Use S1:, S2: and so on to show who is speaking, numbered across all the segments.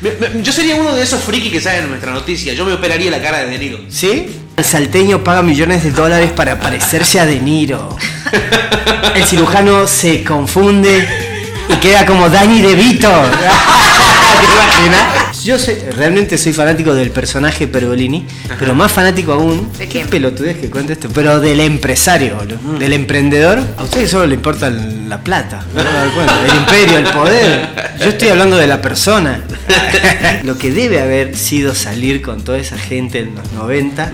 S1: Me- me- Yo sería uno de esos friki que saben nuestra noticia. Yo me operaría la cara de De Niro.
S2: ¿Sí? El salteño paga millones de dólares para parecerse a De Niro. El cirujano se confunde y queda como Danny DeVito. ¿Te imaginas? Yo soy- realmente soy fanático del personaje Pergolini, pero más fanático aún.
S3: ¿De
S2: qué
S3: quién?
S2: pelotudez que cuenta esto, pero del empresario, boludo, del emprendedor. Ah. A ustedes solo le importa el- la plata, ¿no? ¿Se dan cuenta? el imperio, el poder. Yo estoy hablando de la persona. Lo que debe haber sido salir con toda esa gente en los 90.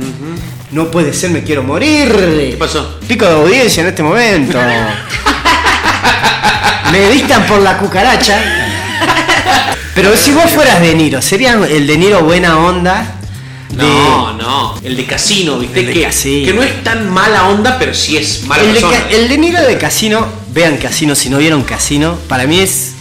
S2: No puede ser, me quiero morir. ¿Qué
S1: pasó?
S2: Pico de audiencia en este momento. me dictan por la cucaracha. Pero si vos fueras De Niro, ¿serías el De Niro buena onda? De-
S1: No, no. El de casino, ¿viste?
S2: El de
S1: que,
S2: Casino.
S1: que no es tan mala onda, pero sí es mala
S2: El de,
S1: persona.
S2: Ca- el de Niro de Casino, vean Casino, si no vieron Casino, para mí es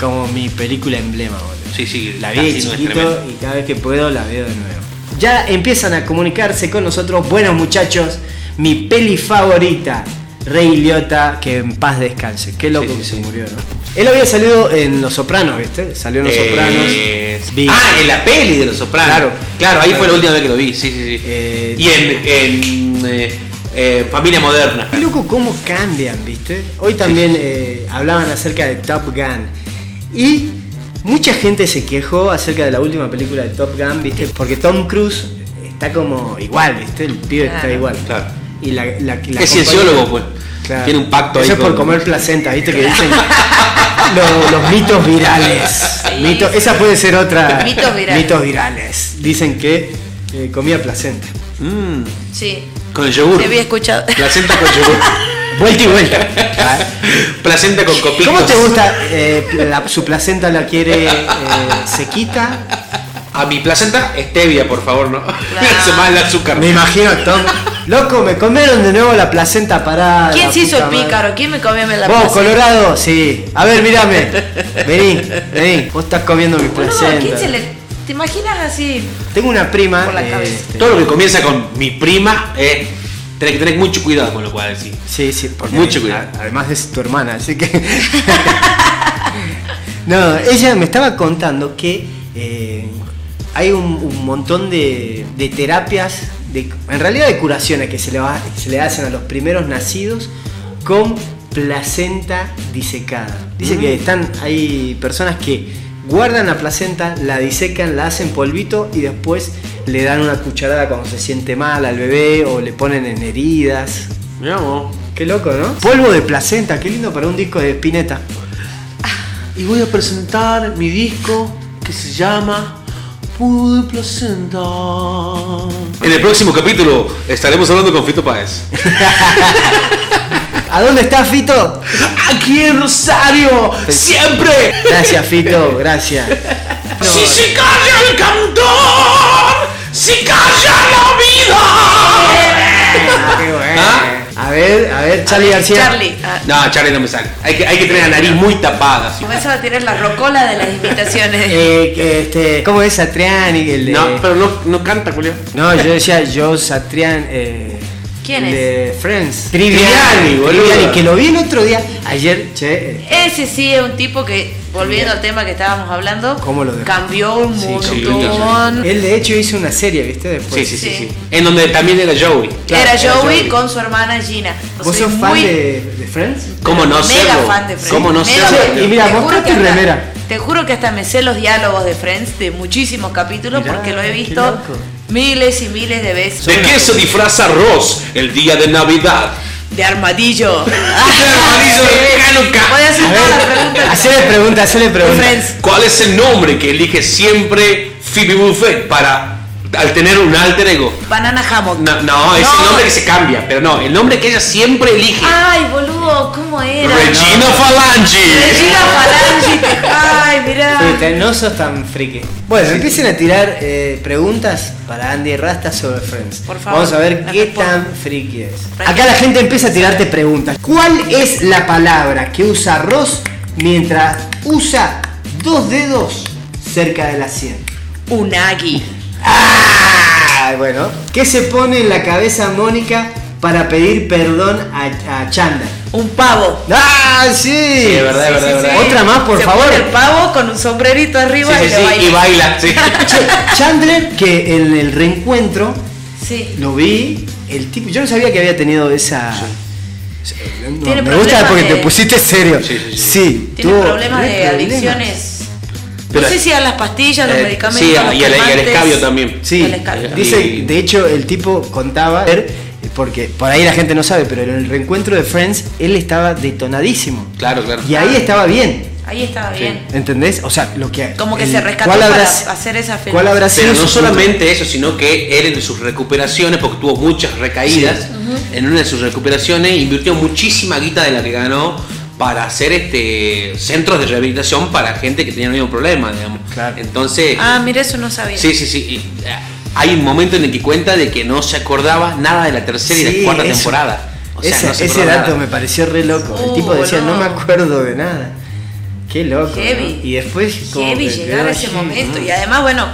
S2: como mi película emblema, boludo.
S1: Sí, sí,
S2: La vi de
S1: Casino es
S2: chiquito
S1: tremendo.
S2: y cada vez que puedo la veo de nuevo. Ya empiezan a comunicarse con nosotros, buenos muchachos, mi peli favorita, Rey Liotta, que en paz descanse. Qué loco
S1: Sí, sí,
S2: que se
S1: sí.
S2: murió, ¿no? Él había salido en Los Sopranos, ¿viste? Salió en Los
S1: Eh,
S2: Sopranos. Vi-
S1: Ah, en la peli de los sopranos.
S2: Claro.
S1: claro, ahí fue la última vez que lo vi, sí, sí, sí.
S2: Eh,
S1: y en, en, eh, eh, Familia Moderna.
S2: Qué loco cómo cambian, ¿viste? Hoy también eh, hablaban acerca de Top Gun. Y mucha gente se quejó acerca de la última película de Top Gun, ¿viste? Porque Tom Cruise está como igual, ¿viste? El pibe está
S3: Claro.
S2: igual.
S1: Claro.
S2: Y la, la- la
S1: Es
S2: compañía-
S1: cienciólogo, pues. Tiene un pacto ahí
S2: Eso es por
S1: con-
S2: comer placenta, ¿viste? Que dicen lo- los mitos virales.
S3: Sí,
S2: Mito-
S3: sí.
S2: Esa puede ser otra.
S3: Mitos virales.
S2: Mitos virales. Dicen que eh, comía placenta.
S1: Mm,
S3: Sí.
S1: con el yogur.
S3: Te había escuchado.
S1: Placenta con yogur.
S2: Vuelta y vuelta.
S1: Placenta con copitos.
S2: ¿Cómo te gusta? eh, la- ¿Su placenta la quiere eh, sequita?
S1: A mi placenta, stevia, por favor, no.
S3: Claro.
S1: Se mal el azúcar.
S2: Me imagino, Tom. Loco, me comieron de nuevo la placenta parada.
S3: ¿Quién
S2: la
S3: se hizo
S2: puta
S3: el
S2: madre.
S3: pícaro? ¿Quién me comió la
S2: Vos,
S3: plaza?
S2: Colorado, sí. A ver, mírame. Vení, vení. Vos estás comiendo mi
S3: Boludo,
S2: placenta.
S3: ¿quién se le... ¿Te imaginas así?
S2: Tengo una prima.
S3: Por la
S2: eh,
S3: cabeza.
S2: este,
S1: Todo lo que comienza con mi prima, eh, tenés que tener mucho cuidado con lo cual sí.
S2: Sí, sí, porque
S1: Mucho cuidado.
S2: a- Además es tu hermana, así que. no, ella me estaba contando que eh, hay un, un montón de, de terapias, de, en realidad de curaciones que se le, va- se le hacen a los primeros nacidos con placenta disecada. Dice que
S1: Mm.
S2: están, hay personas que guardan la placenta, la disecan, la hacen polvito y después le dan una cucharada cuando se siente mal al bebé o le ponen en heridas.
S1: Mirá vos.
S2: Qué loco, ¿no? Polvo de placenta, qué lindo para un disco de Spinetta.
S1: Y voy a presentar mi disco que se llama Pude Placenta. En el próximo capítulo estaremos hablando con Fito Páez.
S2: ¿A dónde está Fito?
S1: ¡Aquí en Rosario! ¡Siempre!
S2: Gracias, Fito, gracias.
S1: Si se calla el cantor, si calla la vida.
S2: Ah, qué bueno. A ver, a ver, Charlie García.
S3: Charlie, ah,
S1: No, Charlie no me sale. Hay que, hay que tener la nariz muy tapada. así.
S3: comenzaba a tirar la rocola de las invitaciones.
S2: Eh, que, este, ¿Cómo es Satriani? El de-
S1: No, pero no, no canta, Julio.
S2: No, yo decía Joe Satriani. eh,
S3: ¿Quién
S2: el
S3: es?
S2: De Friends.
S1: Triviani, boludo.
S2: Triviani, que lo vi el otro día. Ayer, che. eh,
S3: Ese sí es un tipo que, volviendo al tema que estábamos hablando,
S2: ¿Cómo lo dejó?
S3: cambió un
S2: Sí,
S3: montón.
S2: Él, de hecho, hizo una serie, ¿viste? Después.
S1: Sí, sí, sí,
S3: Sí.
S1: sí. En donde también era Joey.
S2: claro,
S3: era
S2: era
S3: Joey
S2: Joey.
S3: con su hermana Gina.
S2: ¿Vos
S3: Soy
S2: sos fan
S3: muy-
S2: de, de Friends?
S1: ¿Cómo no
S3: mega
S1: serlo?
S3: fan de Friends.
S1: ¿Cómo no
S3: Mega
S1: serlo?
S3: fan.
S2: Y mira,
S3: Te juro
S2: mostrá
S3: que
S2: tu
S3: hasta-
S2: remera.
S3: Te juro que hasta me sé los diálogos de Friends de muchísimos capítulos
S2: Mirá,
S3: porque lo he
S2: qué
S3: visto
S2: loco.
S3: miles y miles de veces.
S1: ¿De qué se disfraza Ross el día de Navidad?
S3: De armadillo. De
S1: armadillo de Hanukkah.
S3: Ah, Voy a hacer
S2: A
S3: todas las
S2: ver,
S3: preguntas.
S2: hacele pregunta, hacele
S3: de
S2: pregunta.
S3: Friends.
S1: ¿Cuál es el nombre que elige siempre Phoebe Buffet para al tener un alter ego?
S3: Banana Hammock.
S1: No, no, es el nombre que se cambia, pero no, el nombre que ella siempre elige.
S3: Ay, boludo, ¿cómo Ah, era?
S1: Regina Falange.
S3: Regina Falange. Ay, mirá.
S2: Fruta, no sos tan friki. Bueno, empiecen a tirar eh, preguntas para Andy Rasta sobre Friends.
S3: Por favor,
S2: Vamos a ver
S3: las
S2: qué
S3: respondo.
S2: tan friki es. Acá la gente empieza a tirarte preguntas. ¿Cuál es la palabra que usa Ross mientras usa dos dedos cerca de la sien?
S3: Unagi.
S2: Ah, bueno. ¿Qué se pone en la cabeza Mónica para pedir perdón a, a Chandler?
S3: Un pavo.
S2: ¡Ah, sí!
S1: es verdad, es verdad,
S3: Sí, sí,
S1: es verdad.
S3: sí.
S2: Otra más, por
S3: Se
S2: favor.
S3: pone el pavo con un sombrerito arriba
S1: Sí,
S3: y
S1: sí,
S3: lo
S1: sí, y
S3: baila.
S1: baila, sí.
S2: Ch- Chandler, que en el reencuentro
S3: Sí.
S2: lo vi, el tipo, yo no sabía que había tenido esa... No,
S3: Tiene
S2: me gusta
S3: problemas
S2: porque
S3: de-
S2: te pusiste serio.
S1: Sí, sí, sí.
S3: Tiene
S2: tuvo
S3: problemas
S2: re
S3: de
S2: problemas.
S3: adicciones.
S1: Pero-
S3: no sé si a las pastillas, los
S1: Eh,
S3: medicamentos.
S1: sí,
S3: los
S1: y al, y al
S3: calmantes.
S1: escabio también.
S2: Sí,
S3: El escándalo.
S2: dice,
S1: Y-
S2: de hecho el tipo contaba, porque por ahí la gente no sabe, pero en el reencuentro de Friends él estaba detonadísimo.
S1: Claro, claro.
S2: Y
S3: Ah.
S2: ahí estaba bien,
S3: Ahí estaba bien.
S2: ¿entendés? O sea, lo que...
S3: Como que
S2: el-
S3: se rescató
S2: ¿cuál habrá
S3: para
S2: si-
S3: hacer esa
S2: ¿Cuál
S3: afirmación.
S2: habrá sido
S1: Pero no
S2: su-
S1: solamente eso, sino que él en sus recuperaciones, porque tuvo muchas recaídas, en una de sus recuperaciones invirtió muchísima guita de la que ganó para hacer este centros de rehabilitación para gente que tenía el mismo problema, digamos.
S2: Claro.
S1: Entonces,
S3: Ah, mira, eso no sabía.
S1: sí, sí, sí. y, eh, hay un momento en el que cuenta de que no se acordaba nada de la tercera y
S2: Sí,
S1: la cuarta
S2: eso.
S1: temporada. O sea,
S2: Ese-
S1: no se
S2: ese
S1: acordaba
S2: dato
S1: nada.
S2: me pareció re loco. el
S3: Uh,
S2: tipo decía, no.
S3: boludo.
S2: me acuerdo de nada. Qué loco.
S3: Heavy.
S2: ¿no? Y después... como
S3: heavy
S2: que
S3: llegar
S2: quedó Mm.
S3: a ese
S2: así,
S3: momento
S2: ¿no?
S3: y además bueno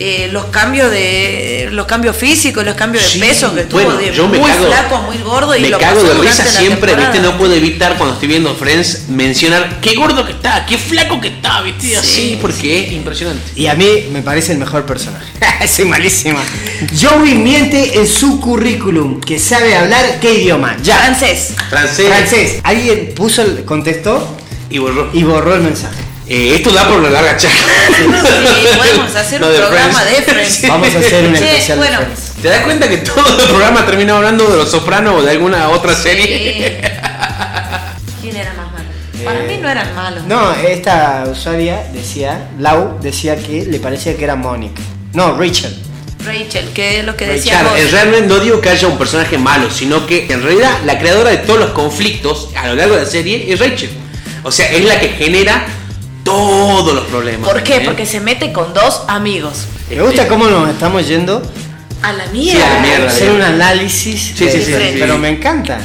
S3: eh, los cambios de los cambios físicos los cambios de
S1: Sí,
S3: peso que tuvo
S1: bueno,
S3: de
S1: yo me
S3: muy
S1: cago-
S3: flaco a muy gordo y
S1: me
S3: lo
S1: cago
S3: pasó
S1: de
S3: durante
S1: risa
S3: la
S1: siempre,
S3: temporada.
S1: viste, no puedo evitar cuando estoy viendo Friends mencionar qué gordo que está, qué flaco que está, viste,
S3: Sí,
S1: así, porque es impresionante.
S2: Y a mí me parece el mejor personaje. Soy malísima. Joey miente en su currículum que sabe hablar qué idioma. Ya.
S3: francés
S1: Francés.
S2: Francés. Alguien puso, el- contestó
S1: Y borró.
S2: y borró el mensaje.
S1: Eh, esto da por una larga charla.
S3: podemos hacer un
S1: de
S3: programa de Friends.
S1: Sí.
S2: Vamos a hacer un
S3: Che,
S2: especial. de
S3: bueno.
S2: Friends.
S1: ¿Te das cuenta que todo el programa termina hablando de Los Sopranos o de alguna otra serie?
S3: Eh, quién era más malo para
S2: Eh,
S3: mí no eran malos
S2: No, esta usuaria decía, Lau decía que le parecía que era Mónica. No, Richard.
S3: Rachel que es lo que decía
S1: Claro, en realidad no digo que haya un personaje malo, sino que en realidad la creadora de todos los conflictos a lo largo de la serie es Rachel. O sea, es la que genera todos los problemas.
S3: ¿por qué?
S1: ¿eh?
S3: porque se mete con dos amigos
S2: Me gusta
S1: Este-
S2: cómo nos estamos yendo
S3: a la
S1: Sí,
S3: mierda
S1: a la
S2: a
S1: mierda.
S2: hacer un análisis.
S1: Sí,
S2: de-
S1: sí, sí,
S2: de-
S3: sí.
S2: Pero me encanta.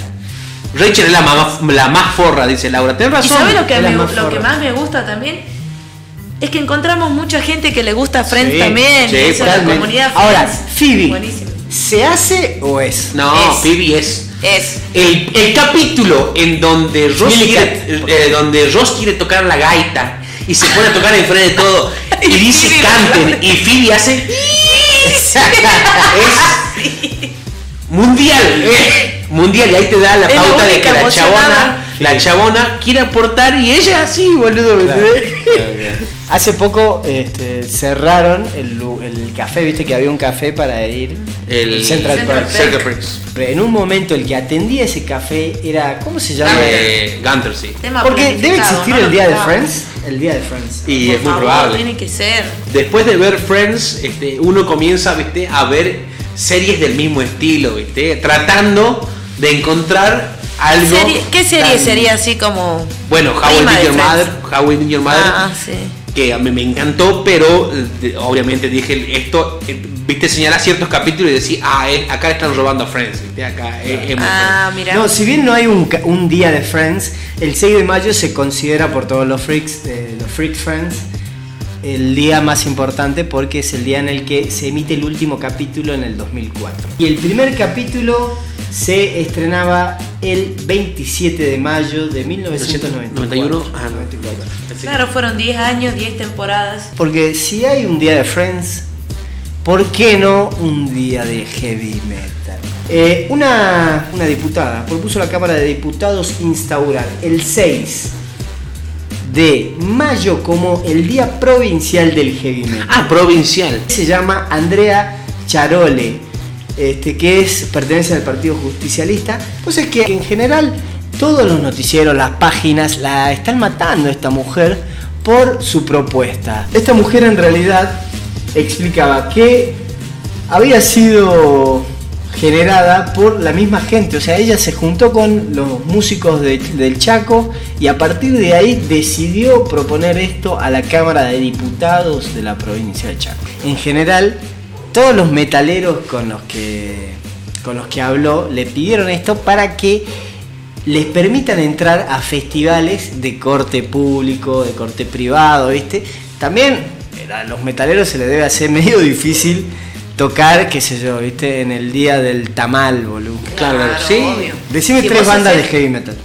S1: Rachel es la más, la más forra, dice Laura. Tenés
S3: ¿Y
S1: razón.
S3: sabes lo que,
S2: Era
S3: me-
S2: más
S3: lo que
S2: forro.
S3: más me gusta también? Es que encontramos mucha gente que le gusta Friends
S2: Sí,
S3: también.
S1: sí,
S3: y eso, la
S1: totalmente.
S3: comunidad
S2: Ahora,
S3: Friends.
S2: Phoebe,
S3: Buenísimo.
S2: ¿se hace o es?
S1: No,
S3: Es.
S1: Phoebe es.
S3: Es.
S1: El, el capítulo en donde Ross,
S2: Millie
S1: quiere, eh, donde Ross quiere tocar la gaita y se pone a tocar enfrente de todo y dice
S3: Phoebe lo
S1: canten y Phoebe hace. es mundial, eh, mundial y ahí te da la
S3: Es la
S1: pauta de
S3: única
S1: que la
S3: emocionada.
S1: chabona, la chabona quiere aportar y ella así, boludo. ¿me
S2: Claro,
S1: entendés?
S2: Hace poco este, cerraron el, lu- el café, viste que había un café para ir al Central,
S3: Central
S2: Park.
S3: Park.
S1: Central Park.
S2: Pero en un momento el que atendía ese café era, ¿cómo se llama?
S1: Eh, Gunther, sí.
S3: Ah, Tema
S2: Porque
S3: planificado,
S2: debe existir
S3: no lo
S2: el día de
S3: tocaba.
S2: Friends. El día de Friends.
S1: Y
S3: Por
S1: es muy
S3: favor,
S1: probable.
S3: Tiene que ser.
S1: Después de ver Friends, este, uno comienza ¿viste? a ver series del mismo estilo, ¿viste? tratando de encontrar algo.
S3: Serie- ¿Qué serie
S1: tan-
S3: sería así como.?
S1: Bueno, How I
S3: prima
S1: Met
S3: de
S1: Your
S3: Friends?
S1: Mother, How I Met Your Mother,
S3: Ah, sí.
S1: que a mí me encantó, pero eh, de- obviamente dije esto, eh, viste señalar ciertos capítulos y decir, ah, eh, acá están robando a Friends, ¿viste? acá
S2: eh,
S1: es, es muy
S3: Ah, mira.
S2: No, si bien no hay un, ca- un día de Friends, el 6 de mayo se considera por todos los freaks, eh, los freak friends, el día más importante porque es el día en el que se emite el último capítulo en el 2004. Y el primer capítulo se estrenaba el 27 de mayo de 1991.
S1: 91, ah, no. Friends.
S3: claro, fueron 10 años, 10 temporadas.
S2: Porque si hay un día de Friends, ¿por qué no un día de heavy metal? Eh, una, una diputada propuso a la Cámara de Diputados instaurar el 6 de mayo como el Día Provincial del Heavy Metal.
S1: Ah, provincial.
S2: Se llama Andrea Charole, este, que es, pertenece al Partido Justicialista. Pues es que en general todos los noticieros, las páginas, la están matando a esta mujer por su propuesta. Esta mujer en realidad explicaba que había sido generada por la misma gente, o sea, ella se juntó con los músicos de- del Chaco y a partir de ahí decidió proponer esto a la Cámara de Diputados de la provincia de Chaco. En general, todos los metaleros con los que, con los que habló le pidieron esto para que les permitan entrar a festivales de corte público, de corte privado, ¿viste? También eh, a los metaleros se les debe hacer medio difícil tocar, qué sé yo, ¿viste? En el día del tamal, boludo.
S1: Claro, claro, sí.
S3: obvio.
S2: Decime
S3: Si
S2: tres
S3: vos
S2: bandas
S3: haces-
S2: de heavy metal.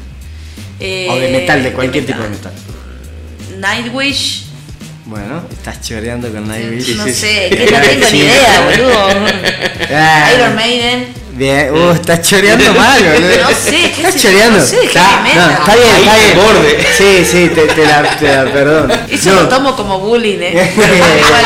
S3: eh,
S2: o de metal, de cualquier tipo de metal.
S3: Nightwish.
S2: Bueno, estás choreando con Nightwish.
S3: no
S1: sí,
S3: sé,
S1: sí.
S3: que no tengo ni
S2: Sí.
S3: idea, boludo.
S2: Ah.
S3: Iron Maiden.
S2: Bien, uh, estás choreando mal, boludo.
S3: No sé, qué
S2: estás
S3: sé yo,
S2: choreando.
S3: no sé,
S2: está,
S3: heavy
S2: no,
S3: metal.
S2: está bien,
S1: Ahí
S2: está
S1: te
S2: bien.
S1: borde.
S2: Sí, sí, te, te la, te la perdono.
S3: Eso
S2: No,
S3: lo tomo como bullying, eh. Pero bueno, igual,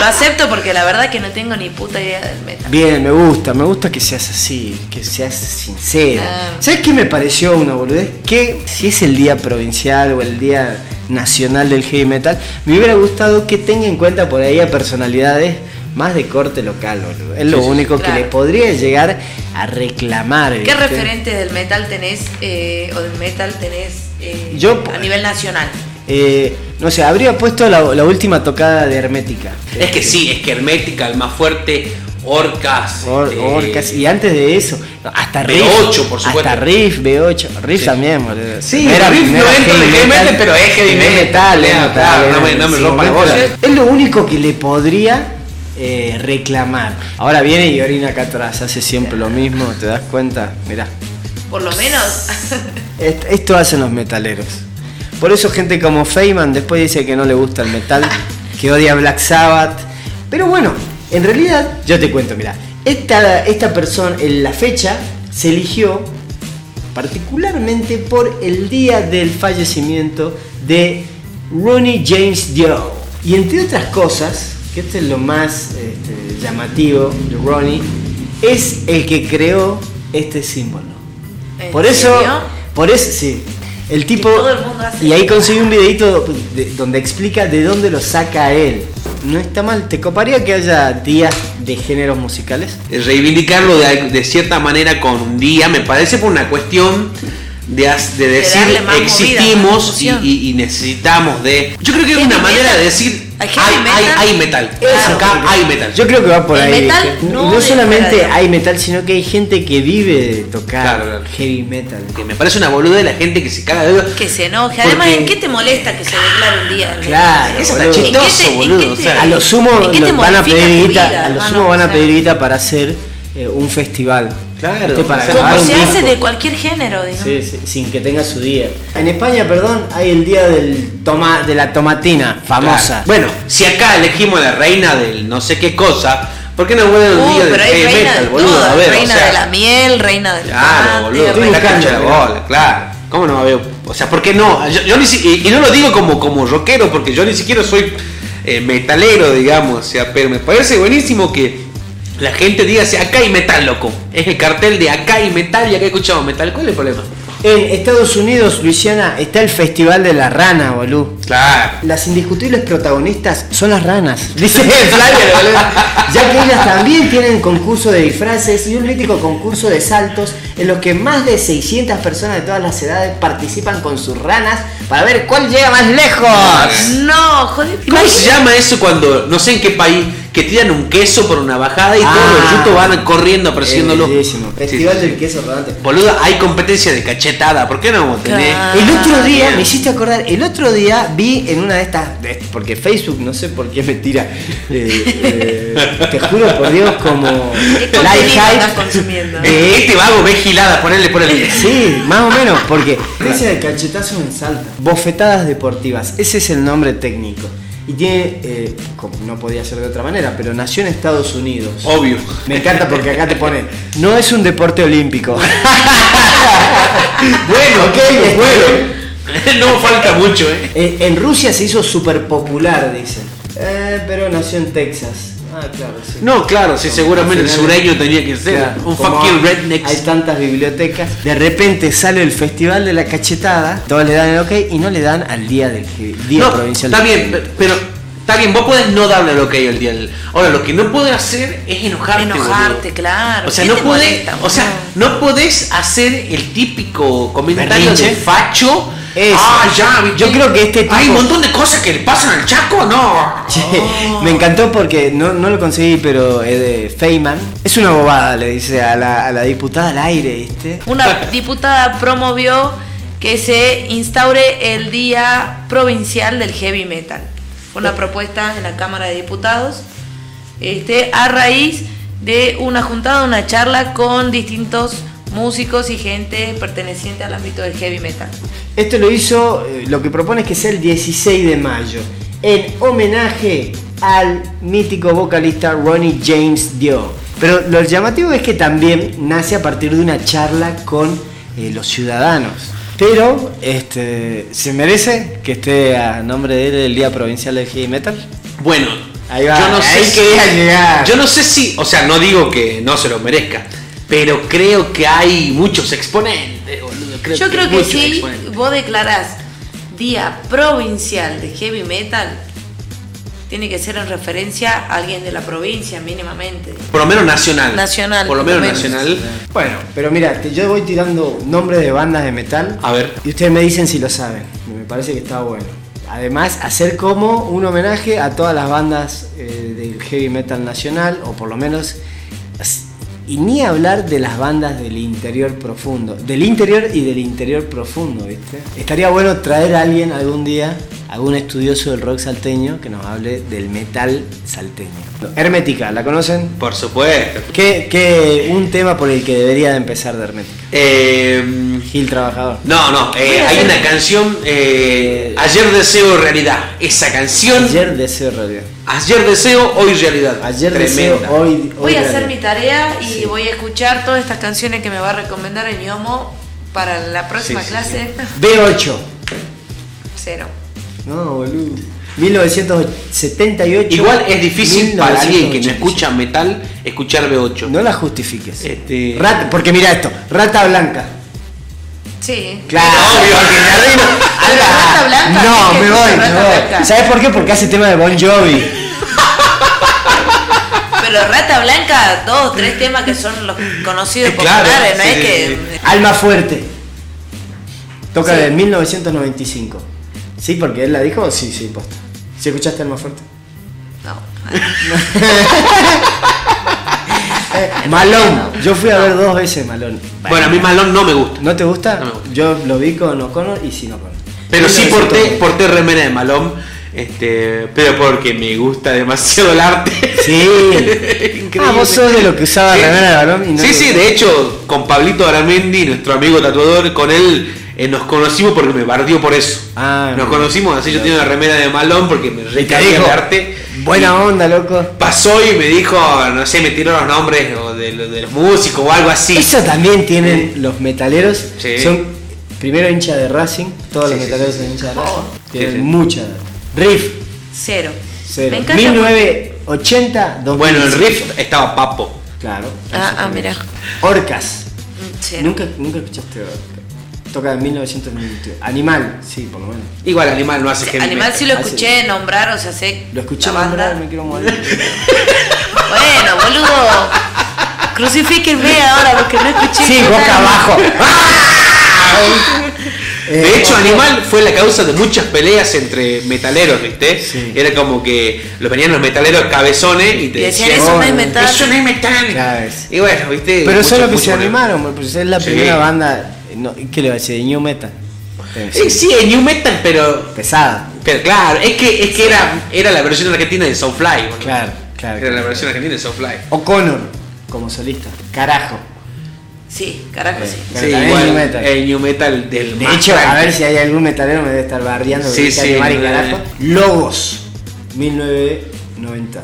S3: lo acepto porque la verdad que no tengo ni puta idea del metal.
S2: Bien, me gusta, me gusta que seas así, que seas sincera.
S3: Claro.
S2: ¿Sabes qué me pareció una boludez? Que si es el día provincial o el día nacional del heavy metal, me hubiera gustado que tenga en cuenta por ahí a personalidades más de corte local, boludo. Es lo único que
S3: claro.
S2: le podría llegar a reclamar.
S3: ¿Qué
S2: ¿viste?
S3: referentes del metal tenés eh, o del metal tenés eh,
S2: Yo-
S3: a nivel nacional?
S2: Eh, no sé, habría puesto la, la última tocada de Hermética.
S1: Es que sí, es que Hermética, el más fuerte, Orcas.
S2: Or-
S1: este,
S2: orcas, y antes de eso, no, hasta Riff.
S1: B8, por supuesto.
S2: Hasta Riff, B8. Riff también, boludo.
S1: Sí, Riff no entra en heavy metal, pero es heavy metal,
S2: es
S1: claro, claro, no me- no me
S2: eh, sí,
S1: rompa la
S2: boludo.
S1: bola.
S2: Es lo único que le podría eh, reclamar. Ahora viene y orina acá atrás, hace siempre lo mismo, ¿te das cuenta? Mirá.
S3: Por lo menos.
S2: Est- Esto hacen los metaleros. Por eso gente como Feynman después dice que no le gusta el metal, que odia Black Sabbath. Pero bueno, en realidad, yo te cuento, mira, esta, esta persona, en la fecha, se eligió particularmente por el día del fallecimiento de Ronnie James Dio. Y entre otras cosas, que esto es lo más este, llamativo de Ronnie, es el que creó este símbolo.
S3: ¿En
S2: Por eso,
S3: serio?
S2: por eso, sí. El tipo.
S3: todo el mundo hace.
S2: y ahí conseguí un videito de- donde explica de dónde lo saca él. No está mal, ¿te coparía que haya días de géneros musicales?
S1: Eh, reivindicarlo de, de cierta manera con un día, me parece por una cuestión de, as- de decir
S3: darle más
S1: existimos
S3: movida, más
S1: y, y- y necesitamos de... Yo creo que es
S3: Heavy
S1: una manera
S3: metal.
S1: de decir hay,
S3: Hay heavy
S1: hay,
S3: metal.
S1: hay metal,
S3: Eso.
S1: acá hay metal.
S2: Yo creo que va por
S3: El
S2: ahí.
S3: metal
S2: ¿viste?
S3: no
S2: no
S3: de-
S2: solamente
S3: fuera de-
S2: hay metal, sino que hay gente que vive de tocar
S1: Claro, claro.
S2: heavy metal.
S1: que me parece una boluda de la gente que se caga de duda.
S3: Que se enoje. Además,
S2: Porque-
S3: ¿en qué te molesta que se declare un día? del metal?
S2: Claro,
S1: Eso está
S2: boludo.
S3: ¿En qué te-
S1: chistoso,
S3: en qué
S1: boludo,
S3: te-
S1: o sea,
S2: A lo sumo
S3: ¿en qué te
S2: lo- van a
S3: modifica
S2: pedir
S3: tu
S2: guita,
S3: vida, Ah,
S2: a lo
S3: hermano?
S2: sumo van
S3: O
S2: a
S3: sea,
S2: pedir guita para hacer eh, un festival.
S1: Claro,
S2: Este para
S1: o sea,
S2: grabar
S3: Como
S2: un
S3: se hace
S2: disco.
S3: de cualquier género, digamos.
S2: Sí, sí, sin que tenga su día. En España, perdón, hay el día del toma, de la tomatina, famosa.
S1: Claro. Bueno, si acá elegimos la reina del no sé qué cosa, ¿por qué no vuelve el
S3: Uh,
S1: día del
S3: pero hay
S1: heavy
S3: reina
S1: metal,
S3: de
S1: boludo?
S3: todo,
S1: A ver, o
S3: reina
S1: sea,
S3: de la miel, reina del
S1: Claro,
S3: tomate,
S1: boludo,
S2: estoy
S1: está
S3: reina-
S2: buscando,
S1: cancha de la
S2: pero-
S1: bola, claro. ¿Cómo no veo? O sea, ¿por qué no? Yo, yo ni si- y, y no lo digo como, como rockero, porque yo ni siquiera soy eh, metalero, digamos. O sea, pero me parece buenísimo que la gente diga, "Sí, acá hay metal, loco. Es el cartel de acá hay metal y acá escuchamos metal. ¿Cuál es el problema?
S2: En Estados Unidos, Luisiana, está el Festival de la Rana, boludo.
S1: Claro.
S2: Las indiscutibles protagonistas son las ranas. Dice Flavia, boludo. Ya que ellas también tienen concurso de disfraces y un mítico concurso de saltos en los que más de 600 personas de todas las edades participan con sus ranas para ver cuál llega más lejos.
S3: No, joder.
S1: eh. ¿Cómo
S3: imagínate.
S1: se llama eso cuando, no sé en qué país, que tiran un queso por una bajada y todos
S2: Ah.
S1: los yutos van corriendo apareciéndolo?
S2: Es bellísimo. Festival
S1: Sí, sí,
S2: del queso rodante.
S1: sí. Boludo, hay competencia de cachetada, ¿por qué no vamos a tener?
S3: Claro.
S2: El otro día,
S1: bien.
S2: me hiciste acordar, el otro día vi en una de estas, de- este, porque Facebook no sé por qué me tira, eh, eh, te juro por Dios, como
S3: contenido estás consumiendo?
S2: de-
S1: Eh, Este vago ve giladas, ponele, ponele.
S2: Sí, más o menos, porque dice de cachetazo en salta. Bofetadas deportivas, ese es el nombre técnico. Y tiene, eh, como no podía ser de otra manera, pero nació en Estados Unidos.
S1: Obvio.
S2: Me encanta porque acá te ponen, no es un deporte olímpico.
S1: Bueno,
S2: Ok, está bien.
S1: no falta mucho, eh.
S2: Eh, en Rusia se hizo súper popular, dicen. Eh, pero nació en Texas. Ah, claro, sí.
S1: No, claro, sí, seguramente el sureño tenía que ser.
S2: Claro,
S1: un
S2: como
S1: fucking redneck.
S2: Hay tantas bibliotecas. De repente sale el festival de la cachetada. Todos le dan el ok y no le dan al día del heavy- día
S1: No,
S2: provincial.
S1: está
S2: del
S1: bien,
S2: heavy.
S1: pe- pero está bien, vos podés no darle lo que hay al día. del- Ahora, lo que no podés hacer es enojarte.
S3: Enojarte,
S1: boludo.
S3: claro.
S1: O sea,
S3: ¿Qué
S1: no
S3: te
S1: podés,
S3: molesta,
S1: o sea, no podés hacer el típico comentario
S2: Berrinche.
S1: de facho.
S2: Eso.
S1: Ah, ya,
S2: Yo creo que este tipo-
S1: Hay un montón de cosas que le pasan al Chaco, no.
S2: Che, Me encantó porque no, no lo conseguí, pero eh, de Feynman. Es una bobada, le dice a la, a la diputada al aire, ¿viste?
S3: Una diputada promovió que se instaure el Día Provincial del Heavy Metal. Fue una propuesta en la Cámara de Diputados este, a raíz de una juntada, una charla con distintos músicos y gente perteneciente al ámbito del heavy metal.
S2: Esto lo hizo, eh, lo que propone es que sea el 16 de mayo, en homenaje al mítico vocalista Ronnie James Dio. Pero lo llamativo es que también nace a partir de una charla con eh, los ciudadanos. Pero, este, ¿se merece que esté a nombre de él el Día Provincial del Heavy Metal?
S1: Bueno,
S2: Ahí va,
S1: yo no
S2: ahí
S1: sé
S2: quería
S1: si,
S2: llegar.
S1: Yo no sé si, o sea, no digo que no se lo merezca, pero creo que hay muchos exponentes, boludo.
S3: Yo creo que
S1: muchos
S3: si
S1: exponentes.
S3: vos declarás Día Provincial de Heavy Metal, tiene que ser en referencia a alguien de la provincia mínimamente.
S1: Por lo menos nacional.
S3: Nacional,
S1: Por lo menos
S3: por lo menos.
S1: nacional.
S2: Bueno, pero mira, te- yo voy tirando nombres de bandas de metal.
S1: A ver.
S2: Y ustedes me dicen si lo saben. Me parece que está bueno. Además, hacer como un homenaje a todas las bandas eh, del heavy metal nacional, o por lo menos. s- Y ni hablar de las bandas del interior profundo. Del interior y del interior profundo, ¿viste? Estaría bueno traer a alguien algún día, algún estudioso del rock salteño, que nos hable del metal salteño. Hermética, ¿la conocen?
S1: Por supuesto.
S2: ¿Qué, qué- un tema por el que debería de empezar de Hermética?
S1: Eh,
S2: Gil Trabajador.
S1: no, no, eh, hay una canción, eh, Ayer Deseo Realidad. Esa canción, Ayer,
S2: Ayer deseo realidad.
S1: Deseo, Hoy Realidad.
S2: Ayer
S1: Tremenda.
S2: deseo hoy. hoy
S3: Voy a hacer
S2: realidad.
S3: mi tarea y
S2: Sí.
S3: voy a escuchar todas estas canciones que me va a recomendar el ñomo para la próxima
S1: Sí, sí,
S3: clase.
S2: B8.
S3: Cero.
S2: No, boludo. 1978.
S1: Igual es difícil para alguien que no
S2: 1985.
S1: escucha metal escuchar B8.
S2: No la justifiques.
S1: Este-
S2: Rat- porque mira esto: Rata Blanca.
S3: Sí.
S2: Claro,
S1: Obvio.
S2: porque la reina-
S3: Pero
S2: Ala.
S3: Rata Blanca, ¿qué
S2: No, me
S3: es
S2: voy,
S3: Rata
S2: me voy.
S3: Blanca?
S2: ¿Sabes por qué? Porque hace tema de Bon Jovi.
S3: Pero Rata Blanca, dos, tres temas que son los conocidos
S1: Eh, claro,
S3: populares, no
S1: sí,
S3: es
S1: sí,
S3: que.
S2: Alma Fuerte. Toca
S3: Sí.
S2: de 1995. ¿Sí? Porque él la dijo. Sí, sí, posta. ¿Sí escuchaste Alma Fuerte?
S3: No.
S2: Eh, Malón. Yo fui a ver dos veces Malón.
S1: Bueno, a mí Malón no me gusta.
S2: ¿No te gusta?
S1: No me gusta.
S2: Yo lo vi con O'Connor y sin O'Connor.
S1: Pero sí
S2: 1990.
S1: porté, porté remera de Malón. Este, pero porque me gusta demasiado el arte.
S2: Sí.
S1: Increíble.
S2: Ah, vos sos de lo que usaba
S1: Sí.
S2: remera de Malón y no
S1: Sí,
S2: te
S1: sí,
S2: gusta.
S1: de hecho, con Pablito Aramendi, nuestro amigo tatuador, con él eh, nos conocimos porque me bardió por eso.
S2: Ah,
S1: nos
S2: mira.
S1: conocimos, así yo tenía una remera de Malón porque me
S2: Y te
S1: recaía
S2: dijo,
S1: el arte.
S2: Buena
S1: Y
S2: onda, loco.
S1: Pasó y me dijo, no sé, me tiró los nombres o de, lo- de los músicos o algo así.
S2: Eso también tienen los metaleros.
S1: Sí.
S2: Son primero hincha de Racing. Todos
S1: Sí,
S2: los
S1: sí,
S2: metaleros
S1: sí,
S2: son
S1: sí. Oh.
S2: hinchas de
S3: Por
S2: Racing.
S3: favor.
S2: Tienen
S1: Sí, sí.
S2: mucha. Riff.
S3: Cero.
S2: Cero.
S3: Me encanta.
S2: 1980, 2000.
S1: Bueno, el riff estaba papo.
S2: Claro.
S3: Ah, ah, mira.
S2: Orcas.
S3: Mm, Cero.
S2: Nunca, nunca escuchaste Orcas. Toca en 1992. Animal, sí, por lo menos.
S1: Igual Animal no hace heavy
S3: Animal
S1: metal.
S3: sí lo
S2: Ah, sí.
S3: escuché nombrar, o sea, sé.
S2: Lo escuché
S3: la banda.
S2: nombrar, me quiero morir.
S3: Bueno, boludo. Crucifíquenme ahora porque no escuché.
S2: sí,
S3: nada.
S2: boca abajo.
S1: De
S2: Eh,
S1: hecho,
S2: otro-
S1: Animal fue la causa de muchas peleas entre metaleros, ¿viste?
S2: Sí.
S1: Era como que los venían los metaleros cabezones y te
S3: Y decían,
S1: decían,
S3: eso no es
S2: "Oh,
S3: metal.
S1: "Eso no es metal".
S2: Claro, es.
S1: Y bueno, ¿viste?
S2: Pero
S1: Mucho-
S2: solo que
S1: mucho
S2: se
S1: problema.
S2: animaron, boludo, pues es la
S1: Sí.
S2: primera banda. No, ¿Qué le va a decir? New Metal. Eh,
S1: Sí, sí, es new metal, pero.
S2: Pesada.
S1: Pero claro, es que, es que era, era la versión argentina de Soulfly, boludo.
S2: Claro, claro.
S1: Era la versión argentina de Soulfly.
S2: O'Connor, como solista. Carajo.
S3: Sí, carajo, sí.
S2: Pero también es nu metal.
S1: el new metal del
S2: De
S1: más
S2: hecho, a
S1: tranqui.
S2: ver si hay algún metalero me debe estar bardeando.
S1: Sí,
S2: Sí,
S1: sí,
S2: sí,
S1: no,
S2: carajo.
S1: no,
S2: Logos, 1990.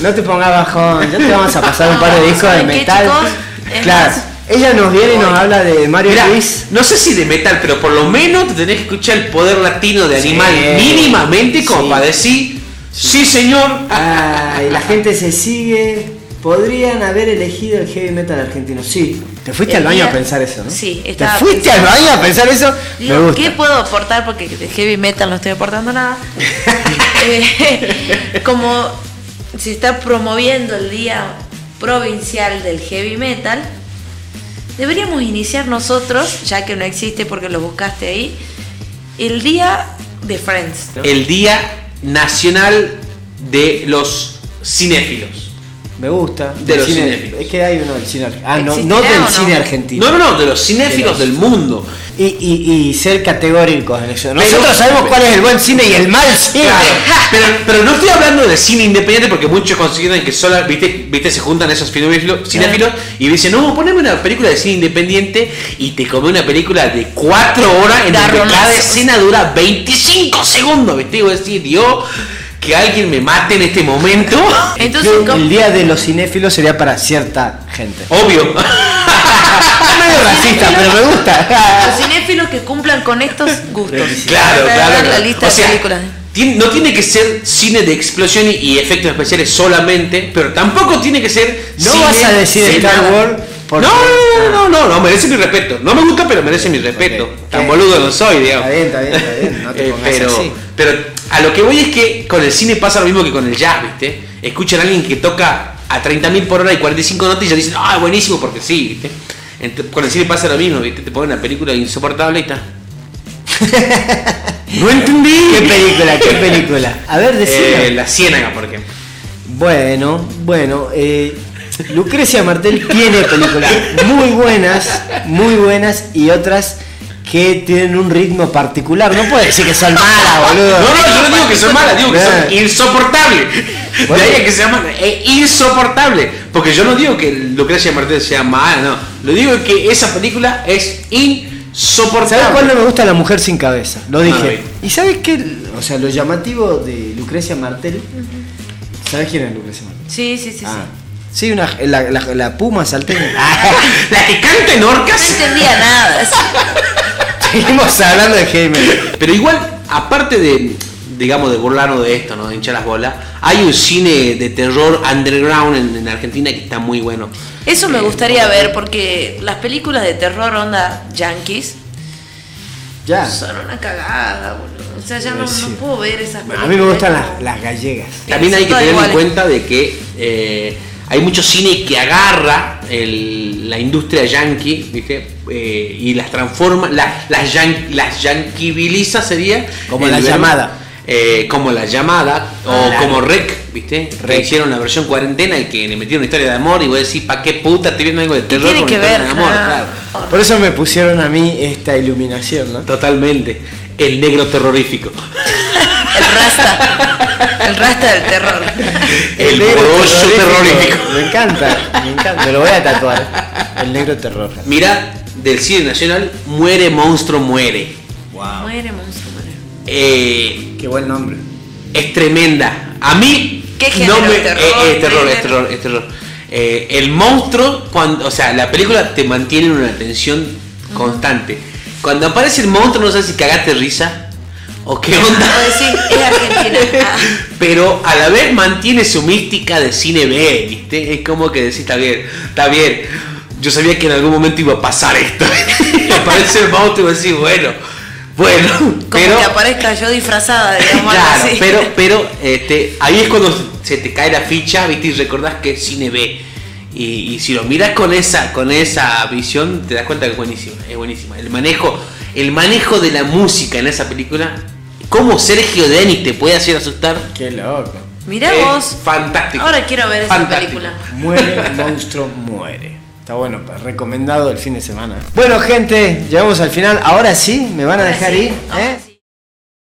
S2: No te pongas bajón, ya te vamos a pasar un par de
S3: No,
S2: discos de
S3: ¿saben qué,
S2: metal.
S3: chicos? Es
S2: Claro,
S3: más-
S2: ella nos viene y nos habla de Mario
S1: Mirá,
S2: Luis.
S1: no sé si de metal, pero por lo menos tenés que escuchar el poder latino de
S2: Sí.
S1: animal mínimamente como
S2: Sí.
S1: para decir, sí señor,
S2: Ay, Ah, la gente se sigue. Podrían haber elegido el heavy metal argentino. Sí, te fuiste
S3: El
S2: al baño
S3: día-
S2: a pensar eso, ¿no?
S3: Sí,
S2: te
S3: estaba
S2: fuiste al baño a pensar eso. Me
S3: Digo,
S2: gusta.
S3: ¿qué puedo aportar? Porque de heavy metal no estoy aportando nada. Eh, como se está promoviendo el Día Provincial del Heavy Metal, deberíamos iniciar nosotros, ya que no existe porque lo buscaste ahí, el Día de Friends.
S1: el Día Nacional de los Cinéfilos.
S2: Me gusta.
S1: De
S2: El
S1: los cinéfilos.
S2: Es que hay uno del cine argentino. Ah, no,
S3: ¿Existirá
S2: no del
S3: o no?
S2: cine argentino.
S1: No, no, no, de los cinéfilos del mundo.
S2: Y, y- y ser categóricos en eso. Nosotros
S1: Pero-
S2: sabemos cuál es el buen cine y el mal cine.
S1: Claro, pero, pero no estoy hablando de cine independiente porque muchos consideran que solo, viste, viste se juntan esos cinéfilos cinéfilos y dicen, no, poneme una película de cine independiente y te come una película de 4 horas en donde
S3: Garronazo.
S1: cada escena dura 25 segundos, viste, y vos decís, Dios, que alguien me mate en este momento.
S3: Entonces,
S2: Yo-
S3: ¿cómo-
S2: el día de los cinéfilos sería para cierta gente.
S1: Obvio.
S3: Ah,
S2: Es medio racista, pero me gusta.
S3: Los cinéfilos que cumplan con estos gustos.
S1: Claro,
S3: Para
S1: claro.
S3: dar
S1: claro.
S3: La lista
S1: O sea,
S3: de películas.
S1: tien- no tiene que ser cine de explosión y, y efectos especiales solamente, pero tampoco tiene que ser.
S2: No
S1: cine
S2: vas a decir
S1: de
S2: Star
S1: nada.
S2: Wars porque-
S1: No, no,
S2: Ah.
S1: no, no, no, no, merece mi respeto. No me gusta, pero merece mi respeto.
S2: Ok.
S1: Tan boludo no soy, digamos.
S2: Está bien, está bien, está bien, no te
S1: Eh,
S2: pongas
S1: pero,
S2: así.
S1: pero a lo que voy es que con el cine pasa lo mismo que con el jazz, ¿viste? Escuchan a alguien que toca a 30.000 por hora y 45 notas y ya dicen, ah, buenísimo, porque sí, ¿viste? Ent- con el cine pasa lo mismo, ¿viste? Te ponen una película insoportable y está.
S2: No entendí. ¿Qué película? ¿Qué película? A ver, decime.
S1: Eh, la Ciénaga, por ejemplo.
S2: Bueno, bueno, eh, Lucrecia Martel tiene películas muy buenas, muy buenas y otras que tienen un ritmo particular. No puede decir que son malas, boludo. Eh,
S1: No, no, yo no digo que son malas, digo que
S2: Bien.
S1: son insoportables.
S2: Bueno.
S1: De ahí es que sea mala. Es insoportable. Porque yo no digo que Lucrecia Martel sea mala, no. Lo digo es que esa película es insoportable.
S2: ¿Sabes cuál no me gusta? La mujer sin cabeza. Lo dije.
S1: Ah, bien.
S2: ¿Y sabes qué? O sea, lo llamativo de Lucrecia Martel. ¿Sabes quién es Lucrecia Martel?
S3: Sí, sí, sí. sí.
S2: Ah. Sí, una, la, la- la puma salteña.
S1: Ah, La que canta en
S3: No
S1: orcas.
S3: entendía nada. sí.
S2: Seguimos hablando de Jaime.
S1: Pero igual, aparte de, digamos, de burlarnos de esto, ¿no? De hinchar las bolas, hay un cine de terror underground en, en Argentina que está muy bueno. Eh,
S3: Eso me gustaría ver porque las películas de terror onda yankees
S1: Ah.
S2: Ya.
S3: son una cagada, boludo. O sea, ya no,
S2: Sí.
S3: no puedo ver esas películas.
S2: A mí me gustan las, las gallegas.
S1: También hay que
S3: Todo
S1: tener en
S3: igual.
S1: cuenta de que eh, hay mucho cine que agarra el- la industria yankee, ¿viste? Eh, y las transforma, la- las, yan- las yanquibiliza sería.
S2: Como
S1: el
S2: La
S1: verbo-
S2: Llamada.
S1: eh, como La Llamada, o
S2: Claro.
S1: como Rec, ¿viste? Que
S2: Rec.
S1: hicieron la versión cuarentena y que le metieron una historia de amor y voy a decir, ¿pa' qué puta estoy viendo algo de terror
S3: Tiene
S1: con
S3: que
S1: historia
S3: ver.
S1: de amor?
S3: ah.
S1: Claro.
S2: Por eso me pusieron a mí esta iluminación, ¿no?
S1: Totalmente. El negro terrorífico.
S3: El rasta. El rasta del terror.
S1: El
S2: negro
S1: borroso terrorífico.
S2: Me encanta, me encanta. Me lo voy a tatuar. El negro terror.
S1: Mira, del cine nacional, Muere Monstruo Muere.
S2: Wow.
S3: Muere, monstruo, muere.
S1: Eh,
S2: Qué buen nombre.
S1: es tremenda. A mí
S3: ¿Qué género?
S1: me-
S3: ¿Terror?
S1: eh, es terror, es
S3: ¿Thriller?
S1: terror, es terror. Eh, el monstruo, cuando, o sea, la película te mantiene en una tensión constante. Cuando aparece el monstruo no sabes si cagaste de risa o qué onda,
S3: Puedo decir, es Argentina. Ah.
S1: pero a la vez mantiene su mística de cine B, ¿viste? Es como que decís, está bien, está bien. Yo sabía que en algún momento iba a pasar esto. y aparece el monstruo y decís, bueno, bueno,
S3: Como
S1: pero
S3: que aparezca yo disfrazada, digamos algo
S1: Claro,
S3: así.
S1: pero, pero este, ahí es cuando se te cae la ficha, ¿viste? Y recordás que es cine B. Y, y si lo miras con esa, con esa visión, te das cuenta que es buenísima, es buenísima. El manejo, el manejo de la música en esa película, cómo Sergio Denis te puede hacer asustar.
S2: Qué loco.
S3: Mirá
S1: es
S3: vos.
S1: eh, fantástico.
S3: Ahora quiero ver esa
S1: Fantástico.
S3: película.
S2: Muere, monstruo, muere. Está bueno, pues, pa- recomendado el fin de semana. Bueno, gente, llegamos al final. Ahora sí, me van a
S3: Ahora
S2: dejar
S3: sí,
S2: ir.
S3: ahora
S2: ¿eh?
S3: sí.